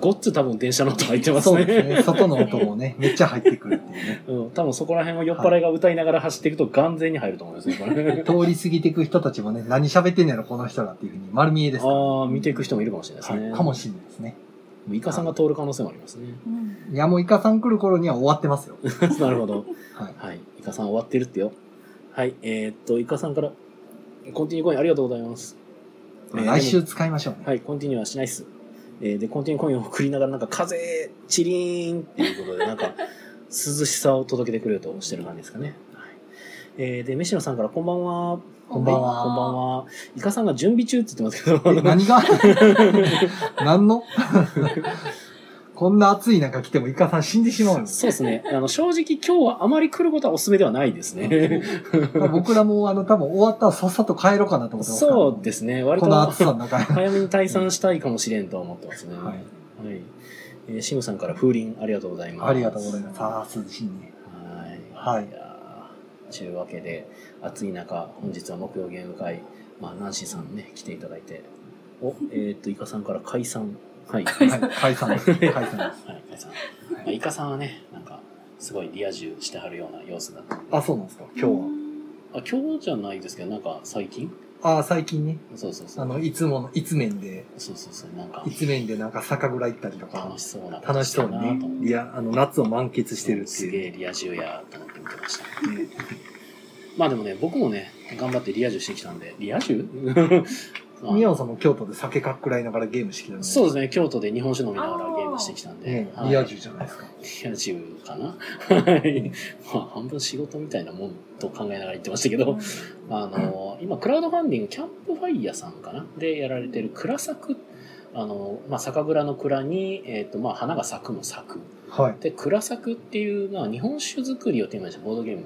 [SPEAKER 1] ごっつ多分電車の音入ってます
[SPEAKER 2] そう
[SPEAKER 1] ね。
[SPEAKER 2] ですね。外の音もね、め っちゃ入ってくるっていうね。
[SPEAKER 1] うん、多分そこら辺を酔っ払いが歌いながら走っていくと、眼前に入ると思いますね、こ れ。
[SPEAKER 2] 通り過ぎていく人たちもね、何喋ってんやろ、この人らっていうふうに丸見えですから。
[SPEAKER 1] ああ、見ていく人もいるかもしれないですね。
[SPEAKER 2] はいかもしれないですね。
[SPEAKER 1] イカさんが通る可能性もあります ね。
[SPEAKER 3] うん
[SPEAKER 2] いや、もうイカさん来る頃には終わってますよ。
[SPEAKER 1] なるほど。
[SPEAKER 2] はい。
[SPEAKER 1] はい。イカさん終わってるってよ。はい、えーっと、イカさんから、コンティニューコインありがとうございます。えー
[SPEAKER 2] 来週使いましょうね。
[SPEAKER 1] はい、コンティニューはしないっす。えーで、コンティニューコインを送りながら、なんか、風、チリーンっていう ことで、なんか、涼しさを届けてくれるとしてる感じですかね。はいえーで、飯野さんから、こんばんは。
[SPEAKER 2] こんばんは
[SPEAKER 1] こんばんは。イカさんが準備中って言ってますけど、
[SPEAKER 2] え何が 何の こんな暑い中来てもイカさん死んでしまう の
[SPEAKER 1] そうですね。あの、正直今日はあまり来ることはお勧めではないですね。
[SPEAKER 2] 僕らもあの多分終わったらさっさと帰ろうかなと思ってますから
[SPEAKER 1] そうですね。割
[SPEAKER 2] この暑さ
[SPEAKER 1] と
[SPEAKER 2] の中。は
[SPEAKER 1] 早めに退散したいかもしれんと思って ますね。はい。
[SPEAKER 2] い。
[SPEAKER 1] えーシムさんから風鈴ありがとうございます。
[SPEAKER 2] ありがとうございます。さあ、涼しいね。
[SPEAKER 1] は。
[SPEAKER 2] はいい
[SPEAKER 1] いやーというわけで、暑い中、本日は木曜ゲーム会、まあ、ナンシーさんね、来ていただいて、お、えーっと、イカさんから解散。 はい。はい、
[SPEAKER 2] はい、解散です。解散です。
[SPEAKER 1] 解散。まあイカさんはね、なんか、すごいリア充してはるような様子だったんで
[SPEAKER 2] あ、そうなんですか。今日
[SPEAKER 1] あ今日じゃないですけど、なんか最近
[SPEAKER 2] は。あ、最近ね、
[SPEAKER 1] そうそうそ
[SPEAKER 2] あ
[SPEAKER 1] う。
[SPEAKER 2] の、いつもの、いつ面で、
[SPEAKER 1] そうそうそう。なんか
[SPEAKER 2] い、つ面でなんか酒蔵行ったりとか
[SPEAKER 1] 楽、しそうなこと
[SPEAKER 2] 楽しそう
[SPEAKER 1] してるなと思っ
[SPEAKER 2] に
[SPEAKER 1] て
[SPEAKER 2] ね、いや、あの、夏を満喫してるって
[SPEAKER 1] すげ
[SPEAKER 2] い
[SPEAKER 1] え
[SPEAKER 2] う。
[SPEAKER 1] リア充やと思って見てました。
[SPEAKER 2] ね
[SPEAKER 1] まあでもね、僕もね、頑張ってリア充してきたんで、リア 充まあ
[SPEAKER 2] 宮野さんも京都で酒かっくらいながらゲームしてきたの
[SPEAKER 1] そう
[SPEAKER 2] う
[SPEAKER 1] ですね、京都で日本酒飲みながらゲームしてきたんで、
[SPEAKER 2] ね
[SPEAKER 1] は。い
[SPEAKER 2] リア充じゃないですか。
[SPEAKER 1] リア充かな はいまあ半分仕事みたいなもんと考えながら言ってましたけど、あの、今、クラウドファンディング、キャンプファイヤーさんかなでやられてる蔵作、あの、まあ、酒蔵の蔵に、えっ、と、まあ、花が咲くの咲く。
[SPEAKER 2] はい。
[SPEAKER 1] で、蔵作っていう、まあ、日本酒作りをテーマにしたボードゲーム。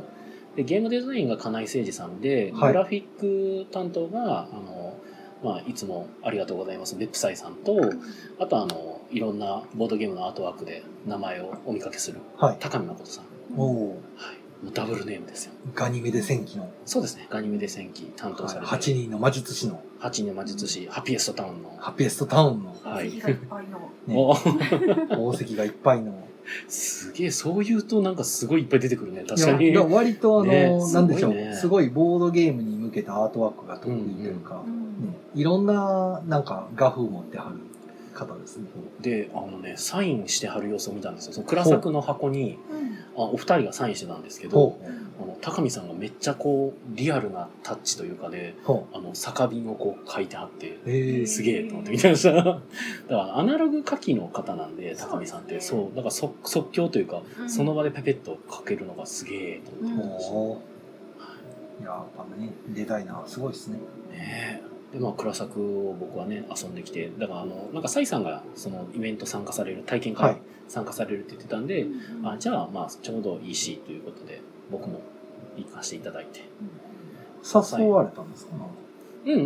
[SPEAKER 1] で、ゲームデザインが金井誠二さんで、
[SPEAKER 2] はい
[SPEAKER 1] グラフィック担当が、あの、まあ、いつもありがとうございます、ベップサイさんと、あとあの、いろんなボードゲームのアートワークで名前をお見かけする、
[SPEAKER 2] はい。
[SPEAKER 1] 高見誠さん。
[SPEAKER 2] おお
[SPEAKER 1] はい。もうダブルネームですよ。
[SPEAKER 2] ーガニメデ戦記の、
[SPEAKER 1] そうですね。ガニメデ戦記担当されて
[SPEAKER 2] 8人の魔術師の、
[SPEAKER 1] 8人の魔術師、ハッピエストタウンの。
[SPEAKER 2] ハピエストタウンの、
[SPEAKER 1] はい
[SPEAKER 3] いっぱいの。
[SPEAKER 2] ね
[SPEAKER 1] お
[SPEAKER 2] 宝石がいっぱいの。
[SPEAKER 1] すげえ、そう言うとなんかすごいいっぱい出てくるね。
[SPEAKER 2] い
[SPEAKER 1] 確か
[SPEAKER 2] やい
[SPEAKER 1] に。
[SPEAKER 2] や割とあの、
[SPEAKER 1] ね
[SPEAKER 2] なんでしょ
[SPEAKER 1] すご
[SPEAKER 2] う
[SPEAKER 1] いね
[SPEAKER 2] すごいボードゲームに向けたアートワークが得意というか、ねいろんな、なんか、画風持ってはる方ですね。
[SPEAKER 1] で、あのね、サインしてはる様子を見たんですよ。その蔵作の箱に、あお二人がサインしてたんですけど、
[SPEAKER 2] ほ
[SPEAKER 1] あの高見さんがめっちゃこう、リアルなタッチというかで、
[SPEAKER 2] う。ほ
[SPEAKER 1] あの、酒瓶をこう書いてあって、
[SPEAKER 2] う。ええ
[SPEAKER 1] すげえと思って見てま した。だから、アナログ書きの方なんで、高見さんって、
[SPEAKER 3] そうです
[SPEAKER 1] そう、だから即即興というか、
[SPEAKER 3] うん
[SPEAKER 1] その場でペペッと書けるのがすげえと思って見てました。
[SPEAKER 2] もう。いや、やっぱね、デザイナーすごいですね。
[SPEAKER 1] ねえでまあ倉作を僕はね遊んできてだからあのなんかサイさんがそのイベント参加される体験
[SPEAKER 2] は
[SPEAKER 1] 会
[SPEAKER 2] い
[SPEAKER 1] 参加されるって言ってたんで、あじゃあまあちょうどいいしということで僕も行かせていただいて
[SPEAKER 2] 誘われたんですか、
[SPEAKER 1] うん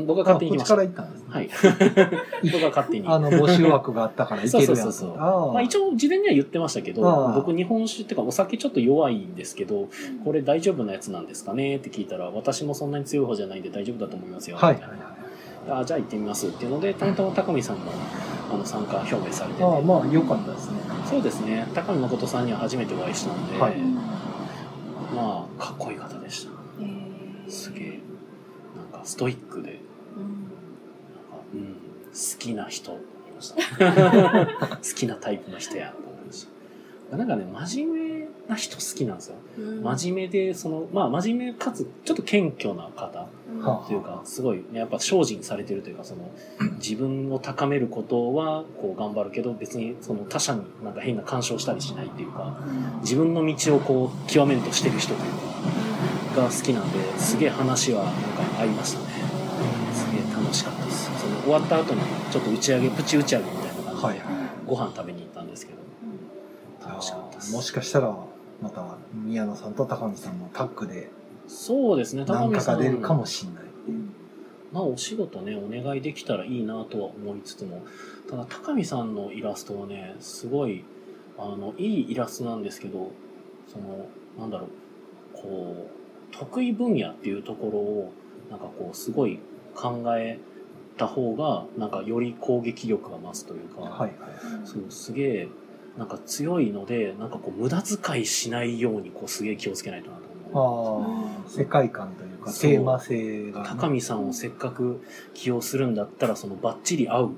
[SPEAKER 1] 僕が勝
[SPEAKER 2] あこ
[SPEAKER 1] 手
[SPEAKER 2] っ
[SPEAKER 1] に行きま
[SPEAKER 2] ち
[SPEAKER 1] した
[SPEAKER 2] か
[SPEAKER 1] は
[SPEAKER 2] ら行ったんですね。
[SPEAKER 1] い 僕が勝手に
[SPEAKER 2] あの、募集枠があったから行
[SPEAKER 1] そう
[SPEAKER 2] け
[SPEAKER 1] そ
[SPEAKER 2] る
[SPEAKER 1] う
[SPEAKER 2] や
[SPEAKER 1] そ
[SPEAKER 2] ん
[SPEAKER 1] うそう
[SPEAKER 2] あー
[SPEAKER 1] まあ、一応事前には言ってましたけど
[SPEAKER 2] あー
[SPEAKER 1] 僕日本酒っていうかお酒ちょっと弱いんですけどこれ大丈夫なやつなんですかねって聞いたら私もそんなに強い方じゃないんで大丈夫だと思いますよみた
[SPEAKER 2] はいい。
[SPEAKER 1] なあじゃあ行ってみますっていうのでたまたま高見さんもあの参加表明されてて
[SPEAKER 2] ああ、まあ、良かったですね。
[SPEAKER 1] そうですね高見誠さんには初めてお会いしたんで、
[SPEAKER 2] はい
[SPEAKER 1] まあかっこいい方でしたすげえなんかストイックでなんか、うん、好きな 人って思いました好きなタイプの人やと思いましたなんかね真面目な人好きなんですよ真面目でそのまあ真面目かつちょっと謙虚な方
[SPEAKER 2] は
[SPEAKER 1] というかすごい、ね、やっぱ精進されてるというかその自分を高めることはこう頑張るけど別にその他者になんか変な干渉したりしないっていうか自分の道をこう極めるとしてる人というかが好きなんですげえ話はなんか合いましたねすげえ楽しかったですその終わった後にちょっと打ち上げプチ打ち上げみたいな感じで、
[SPEAKER 2] はいはい。
[SPEAKER 1] ご飯食べに行ったんですけど楽しかったです
[SPEAKER 2] もしかしたら、また、宮野さんと高見さんのタッグで、
[SPEAKER 1] そうですね高
[SPEAKER 2] 何
[SPEAKER 1] 見
[SPEAKER 2] か
[SPEAKER 1] さ
[SPEAKER 2] が
[SPEAKER 1] ん
[SPEAKER 2] 出るかもしれない。
[SPEAKER 1] まあお仕事ねお願いできたらいいなとは思いつつもただ高見さんのイラストはねすごいあのいいイラストなんですけどそのなんだろうこう得意分野っていうところをなんかこうすごい考えた方がなんかより攻撃力が増すというか、
[SPEAKER 2] はいはい。
[SPEAKER 1] そうすげえなんか強いのでなんかこう無駄遣いしないようにこうすげえ気をつけないとなと思う。
[SPEAKER 2] ああ、世界観というか、
[SPEAKER 1] そう
[SPEAKER 2] テーマ性がね、
[SPEAKER 1] 高見さんをせっかく起用するんだったらそのバッチリ合う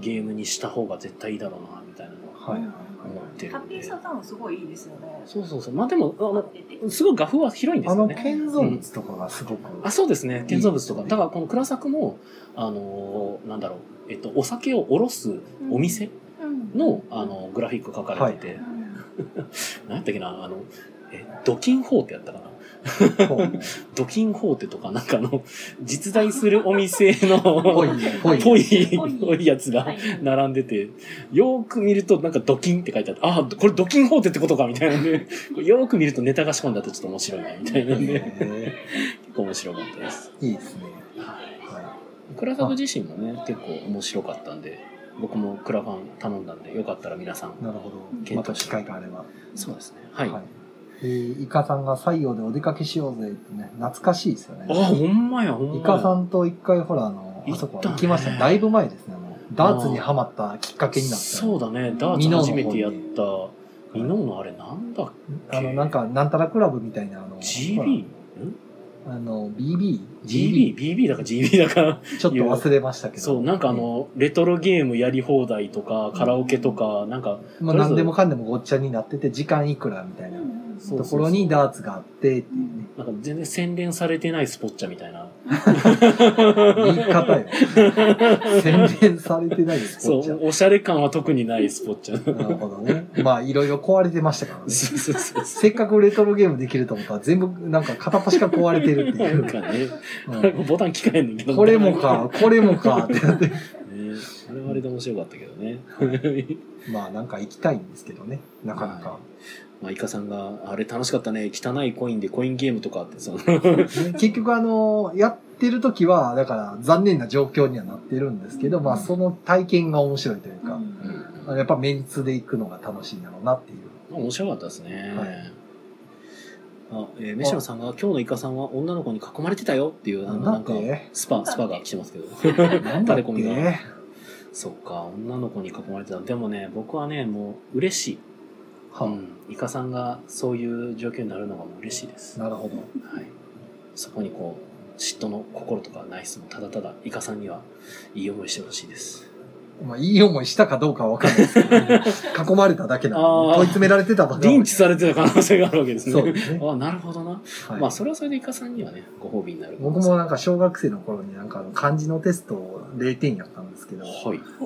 [SPEAKER 1] ゲームにした方が絶対いいだろうなみたいなのは
[SPEAKER 2] はいはい
[SPEAKER 1] 思っ
[SPEAKER 2] は
[SPEAKER 1] ってる
[SPEAKER 3] ハ
[SPEAKER 1] ん
[SPEAKER 3] ッピ
[SPEAKER 1] で
[SPEAKER 3] ーサターンすごいいいですよね。
[SPEAKER 1] そうそうそうまあでも
[SPEAKER 3] 合っ
[SPEAKER 1] あ
[SPEAKER 3] てて
[SPEAKER 1] のすごい画風は広いんです
[SPEAKER 2] あ
[SPEAKER 1] よ
[SPEAKER 2] の
[SPEAKER 1] ね
[SPEAKER 2] 建造物とかがすごく、
[SPEAKER 1] あそうですね建造物とか
[SPEAKER 2] いいですね
[SPEAKER 1] だからこの倉作のあのーなんだろうえっとお酒を卸すお店の,、あのグラフィック書かれてて、
[SPEAKER 3] うん
[SPEAKER 1] 何やったっけなあのえドキンホーってやったかな
[SPEAKER 2] こう
[SPEAKER 1] ドキンホーテとかなんかあの実在するお店の
[SPEAKER 2] ぽいぽい
[SPEAKER 1] ぽい
[SPEAKER 3] ぽい
[SPEAKER 1] ぽいやつ
[SPEAKER 3] は
[SPEAKER 1] が
[SPEAKER 3] い
[SPEAKER 1] 並んでてよーく見るとなんかドキンって書いてあってああこれドキンホーテって ことかみたいなんでよーく見るとネタが仕込んだってちょっと面白いなみたいなんで
[SPEAKER 2] ね
[SPEAKER 1] 結構面白かったです
[SPEAKER 2] いいですね、は
[SPEAKER 1] クラファブ自身もね結構面白かったんで僕もクラファン頼んだんでよかったら皆さん
[SPEAKER 2] い、なるほ
[SPEAKER 1] う
[SPEAKER 2] ど
[SPEAKER 1] ん
[SPEAKER 2] また機会があれば
[SPEAKER 1] そうですねはい、
[SPEAKER 2] はいえーイカさんが採用でお出かけしようぜってね懐かしいですよね
[SPEAKER 1] ああほんまやほんまや
[SPEAKER 2] イカさんと一回ほらあの
[SPEAKER 1] 行ったね
[SPEAKER 2] あそこ行きましたねだいぶ前ですねあのダーツにはまったきっかけになった
[SPEAKER 1] そうだねダーツ初めてやったミノーのあれなんだっけ
[SPEAKER 2] あのなんかなんたらクラブみたいなあの
[SPEAKER 1] GB? ん
[SPEAKER 2] ほらあの BB
[SPEAKER 1] GB?GB だか GB だか
[SPEAKER 2] ちょっと忘れましたけど
[SPEAKER 1] そうなんかあのレトロゲームやり放題とかカラオケとかなんか
[SPEAKER 2] もう何でもかんでもごっちゃになってて時間いくらみたいな
[SPEAKER 3] うん
[SPEAKER 1] そう
[SPEAKER 2] ところにダーツがあってっていうね
[SPEAKER 1] なんか全然洗練されてないスポッチャみたいな
[SPEAKER 2] 言い方よ洗練されてないです
[SPEAKER 1] そ
[SPEAKER 2] こっちは
[SPEAKER 1] うおしゃれ感は特にないスポッチャ
[SPEAKER 2] なるほどねまあいろいろ壊れてましたからね
[SPEAKER 1] そうそうそう
[SPEAKER 2] せっかくレトロゲームできると思ったら全部なんか片っ端が壊れてるってい
[SPEAKER 1] な、
[SPEAKER 2] うん
[SPEAKER 1] かね、
[SPEAKER 2] うん
[SPEAKER 1] ボタン機械のけど
[SPEAKER 2] これもか、これもかってなって。
[SPEAKER 1] ねあれはあれで面白かったけどね
[SPEAKER 2] まあなんか行きたいんですけどね、なかなか。
[SPEAKER 1] まあイカさんがあれ楽しかったね汚いコインでコインゲームとかってその
[SPEAKER 2] 結局あの、やってる時は、だから残念な状況にはなってるんですけど、まあその体験が面白いというか、やっぱメンツで行くのが楽しいんだろうなっていう。
[SPEAKER 1] まあ面白かったですね。
[SPEAKER 2] はい
[SPEAKER 1] あ、えー、メシノさんが今日のイカさんは女の子に囲まれてたよっていう、あの、
[SPEAKER 2] な
[SPEAKER 1] なんん
[SPEAKER 2] だ
[SPEAKER 1] か
[SPEAKER 2] って、
[SPEAKER 1] スパ、スパが来てますけど。
[SPEAKER 2] なんだっ
[SPEAKER 1] 垂れ込みが
[SPEAKER 2] け
[SPEAKER 1] そっか、女の子に囲まれてた。でもね、僕はね、もう嬉しい。う
[SPEAKER 2] は
[SPEAKER 1] ん。イカさんがそういう状況になるのがもう嬉しいです。
[SPEAKER 2] あ、
[SPEAKER 1] は
[SPEAKER 2] なるほど。
[SPEAKER 1] い。そこにこう、嫉妬の心とかない人もただただイカさんにはいい思いしてほしいです。
[SPEAKER 2] まあいい思いしたかどうかはわかんないですけ ど、囲まれただけなの
[SPEAKER 1] あー
[SPEAKER 2] に、問い詰められてたばか
[SPEAKER 1] リンチされてた可能性があるわけですね。
[SPEAKER 2] そうですね。
[SPEAKER 1] あなるほどな。
[SPEAKER 2] はい
[SPEAKER 1] まあ、それはそれでイカさんにはね、ご褒美になる。
[SPEAKER 2] 僕もなんか小学生の頃になんかあの漢字のテストを0点やったんですけど、
[SPEAKER 1] はい。
[SPEAKER 2] あ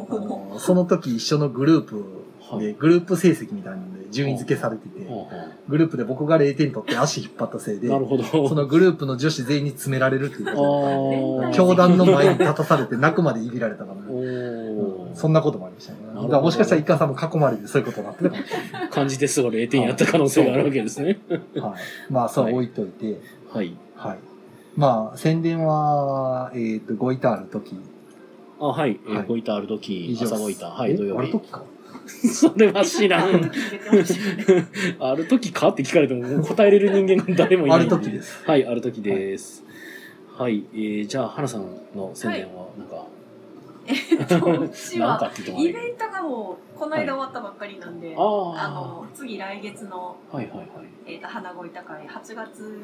[SPEAKER 2] のその時一緒のグループ
[SPEAKER 1] は
[SPEAKER 2] で、
[SPEAKER 1] い
[SPEAKER 2] グループ成績みたいなので順位付けされてて、
[SPEAKER 1] ほうほう
[SPEAKER 2] グループで僕が0点取って足引っ張ったせいで
[SPEAKER 1] な、るほど。
[SPEAKER 2] そのグループの女子全員に詰められるっていう。
[SPEAKER 1] ああ。
[SPEAKER 2] 教団の前に立たされて泣くまでいびられたからね。
[SPEAKER 1] お
[SPEAKER 2] そんなこともありましたね。だ
[SPEAKER 1] る
[SPEAKER 2] か
[SPEAKER 1] ほど
[SPEAKER 2] らもしかしたら一貫さんも囲まれてそういうことになってたかもしれ
[SPEAKER 1] な感じですごい0点やった可能性があるわけですね。
[SPEAKER 2] ない。はい。まあ、そう置いといて、
[SPEAKER 1] はい。
[SPEAKER 2] はい。まあ、宣伝は、えっ、と、ごいたある時。
[SPEAKER 1] あ、はい。え
[SPEAKER 2] は
[SPEAKER 1] ー
[SPEAKER 2] い
[SPEAKER 1] ゴイタ、アルド
[SPEAKER 2] 以
[SPEAKER 1] キ、
[SPEAKER 2] 上です
[SPEAKER 1] 朝ゴイタ、はい、
[SPEAKER 2] え
[SPEAKER 1] 土曜
[SPEAKER 2] ある
[SPEAKER 1] 日。
[SPEAKER 2] 時か。
[SPEAKER 1] それは知ら
[SPEAKER 3] あの
[SPEAKER 1] ん。
[SPEAKER 3] 時出てました よね
[SPEAKER 1] ある時かって聞かれても答えれる人間が誰もい
[SPEAKER 2] あ
[SPEAKER 1] ない
[SPEAKER 2] る
[SPEAKER 1] んで。
[SPEAKER 2] 時です。
[SPEAKER 1] はい、ある時です。はい。えーじゃあ、花さんの宣伝は、なんか、
[SPEAKER 3] こっち
[SPEAKER 1] なんか
[SPEAKER 3] は
[SPEAKER 1] って言っても
[SPEAKER 3] イ
[SPEAKER 1] らえ
[SPEAKER 3] ベ
[SPEAKER 1] る
[SPEAKER 3] ントがもうこの間終わったばっかりなんで、あ
[SPEAKER 1] あ
[SPEAKER 3] の次来月の、
[SPEAKER 1] あ。はいはいはい。
[SPEAKER 3] えー、と花恋高い8月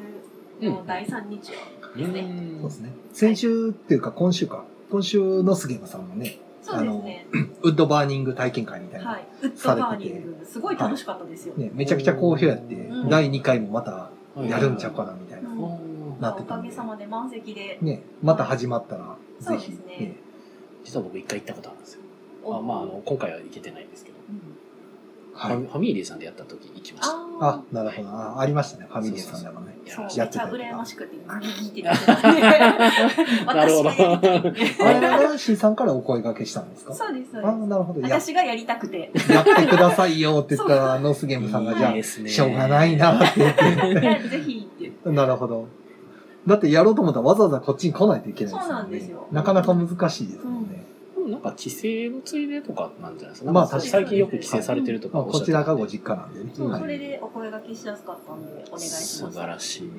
[SPEAKER 3] の第3日を、
[SPEAKER 1] うーん
[SPEAKER 2] そうですね。先週っていうか今週か。今週の杉山さんもね、
[SPEAKER 3] そうですね
[SPEAKER 2] ウッドバーニング体験会みたいな。
[SPEAKER 3] はいウッドバーニングすごい楽しかったですよ、
[SPEAKER 2] ね、めちゃくちゃ好評やって、
[SPEAKER 3] うん
[SPEAKER 2] 第2回もまた
[SPEAKER 1] はい
[SPEAKER 2] やるんちゃうかなみたいな。
[SPEAKER 1] あー
[SPEAKER 2] なっ
[SPEAKER 3] お
[SPEAKER 2] てた
[SPEAKER 3] か
[SPEAKER 2] んで
[SPEAKER 3] げさまで満席で、
[SPEAKER 2] ね、また始まったら、ぜひ、
[SPEAKER 3] そうですね
[SPEAKER 2] ね。
[SPEAKER 1] 実は僕一回行ったことあるんですよ。あまあ、あの、今回は行けてないんですけど、
[SPEAKER 3] うん
[SPEAKER 2] はい
[SPEAKER 1] ファミファミリーさんでやった時行きました。
[SPEAKER 2] あ
[SPEAKER 3] あ、
[SPEAKER 2] なるほど。あ、ありましたね。ファミリーさんでもね。
[SPEAKER 1] や
[SPEAKER 3] そ
[SPEAKER 1] ら
[SPEAKER 3] う
[SPEAKER 1] せて
[SPEAKER 2] やっ
[SPEAKER 3] めってち
[SPEAKER 2] た
[SPEAKER 3] ゃ
[SPEAKER 2] よ
[SPEAKER 3] 羨ましくて聞いてる 私
[SPEAKER 1] なるほど
[SPEAKER 3] がやりたいって
[SPEAKER 2] あれはナンシーさんからお声掛けしたんですか
[SPEAKER 3] そうですそう
[SPEAKER 2] あ、
[SPEAKER 3] です
[SPEAKER 2] なるほど。や
[SPEAKER 3] 私がやりたくて
[SPEAKER 2] やってくださいよって言ったら、ノースゲームさんが、じ
[SPEAKER 1] い
[SPEAKER 2] ゃ
[SPEAKER 1] い
[SPEAKER 2] あ、
[SPEAKER 1] ですね
[SPEAKER 2] しょうがないなって言って。
[SPEAKER 3] いやぜひって
[SPEAKER 2] なるほど。だってやろうと思ったらわざわざこっちに来ないといけないです
[SPEAKER 3] そう
[SPEAKER 2] も
[SPEAKER 3] なんんで
[SPEAKER 2] ね
[SPEAKER 3] すよ。
[SPEAKER 2] なかなか難しいですもんね。
[SPEAKER 1] でもなんか帰省のついでとかなんじゃないですか。
[SPEAKER 2] まあ
[SPEAKER 1] なんか
[SPEAKER 2] 確かに
[SPEAKER 1] 最近よく帰省されてるとか
[SPEAKER 2] まあ、
[SPEAKER 1] おっし
[SPEAKER 2] こ
[SPEAKER 1] ゃってた
[SPEAKER 2] ちら
[SPEAKER 1] んで
[SPEAKER 2] がご実家なんでね。
[SPEAKER 3] そう、
[SPEAKER 1] はい
[SPEAKER 3] それでお声掛けしやすかったのでお願いします
[SPEAKER 1] 素晴らしい。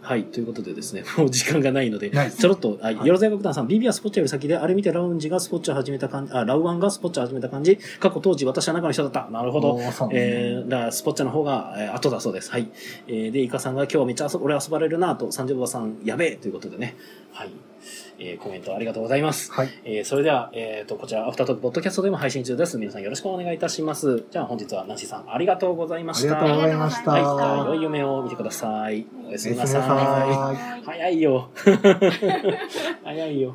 [SPEAKER 1] はい、ということでですね、 もう時間がないので、
[SPEAKER 2] ないです
[SPEAKER 1] ちょろっと、あよろずや楽団さん、BB はスポッチャより先で、あれ見てラウンジがスポッチャ始めた感じ、あ、ラウアンがスポッチャ始めた感じ、過去当時私は中の人だった。なるほど。
[SPEAKER 2] おーそうなんですね
[SPEAKER 1] えー、だからスポッチャの方が、えー後だそうです。はい。えーで、イカさんが今日めっちゃ遊俺遊ばれるなと、三十坊さん、やべえということでね。はい。えーコメントありがとうございます。
[SPEAKER 2] はい。
[SPEAKER 1] えーそれでは、えっ、と、こちら、アフタートークポッドキャストでも配信中です。皆さんよろしくお願いいたします。じゃあ本日はナンシーさんありがとうございました。
[SPEAKER 2] ありがとうございました
[SPEAKER 1] はい、
[SPEAKER 2] は
[SPEAKER 1] 良い夢を見てください。おやすみな
[SPEAKER 2] おやすみ
[SPEAKER 1] さい
[SPEAKER 2] なさい。
[SPEAKER 1] 早いよ。早いよ。